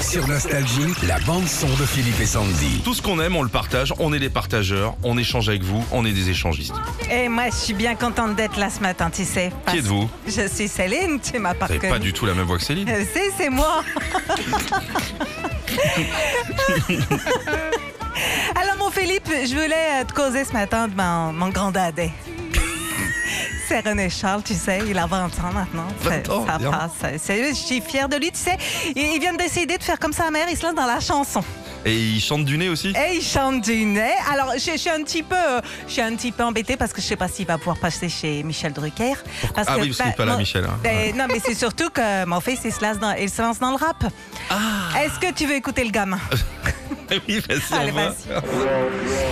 Sur Nostalgie, la bande-son de Philippe et Sandy. Tout ce qu'on aime, on le partage, on est des partageurs, on échange avec vous, on est des échangistes. Et Eh, moi, je suis bien contente d'être là ce matin, tu sais. parce- Qui êtes-vous Je suis Céline, tu m'as pas Vous n'avez pas du reconnue. tout la même voix que Céline. Euh, C'est, c'est moi. Alors, mon Philippe, je voulais euh, te causer ce matin de mon, mon grand dadais. C'est René Charles, tu sais, il a 20 ans maintenant. 20 Ça- ans, ça bien. passe. C'est- Je suis fière de lui, tu sais. Il, il vient de décider de faire comme sa mère, il se lance dans la chanson. Et il chante du nez aussi Et il chante du nez. Alors, je, je suis un petit peu, euh, je suis un petit peu embêtée parce que je sais pas s'il va pouvoir passer chez Michel Drucker. Parce Ah oui, parce qu'il est pas là, mon- Michel, hein. Ben, Non, mais c'est surtout que mon fils, il se lance dans, il se lance dans le rap. Ah. Est-ce que tu veux écouter le gamin Oui, bah, vas-y, Eh. Ah, Allez, on va. vas-y.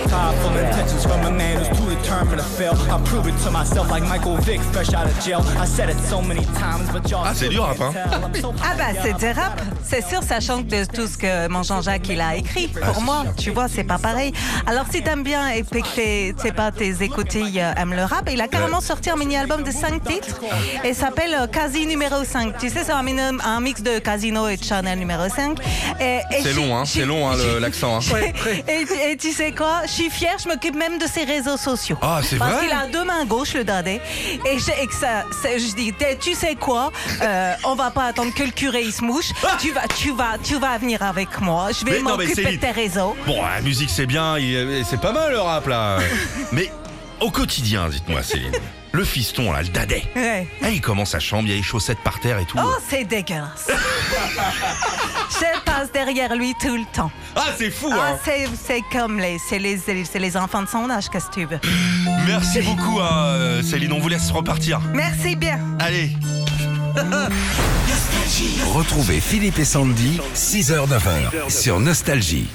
High full intentions from a man who's too determined to fail. I prove it to myself like Michael Vick, fresh out of jail. I said it so many times, but y'all Ah, c'est still du rap, can't hein. tell. I'm so Ah bah fed c'est up. du rap, c'est sûr, sachant que de tout ce que mon Jean-Jacques il a écrit Ah, pour c'est moi, sûr. tu vois, c'est pas pareil. Alors si t'aimes bien et puis que t'es- c'est pas tes écoutilles euh, aiment le rap, il a carrément sorti un mini-album de 5 titres et s'appelle euh, Quasi numéro 5. Tu sais, c'est un, mini- un mix de Casino et de Chanel numéro 5. Et, et C'est j'ai- long, hein, j'ai- c'est long hein, le- l'accent. hein. et, et tu sais quoi Je suis fière, je m'occupe même de ses réseaux sociaux. Ah, c'est Parce vrai qu'il a deux mains gauches, le dadais. Et, je, et que ça, ça- je dis, t'es- tu sais quoi Euh, On va pas attendre que le curé il se mouche. Tu vas, tu vas, tu vas venir avec moi. Je Ah! Mais vais non, mais m'occuper de Céline. tes réseaux. Bon, la musique c'est bien, il- euh, c'est pas mal le rap là. Mais au quotidien, dites-moi Céline, le fiston là, le dadet, Ouais. eh, il commence à chambre, il y a les chaussettes par terre et tout. Oh, c'est dégueulasse. je passe derrière lui tout le temps. Ah, c'est fou Ah, hein. c'est- c'est comme les, c'est les, c'est les- c'est les enfants de son âge, qu'est-ce que tu veux Merci beaucoup hein, euh, Céline, on vous laisse repartir. Merci bien. Allez Retrouvez Philippe et Sandy, 6h-9h, sur Nostalgie.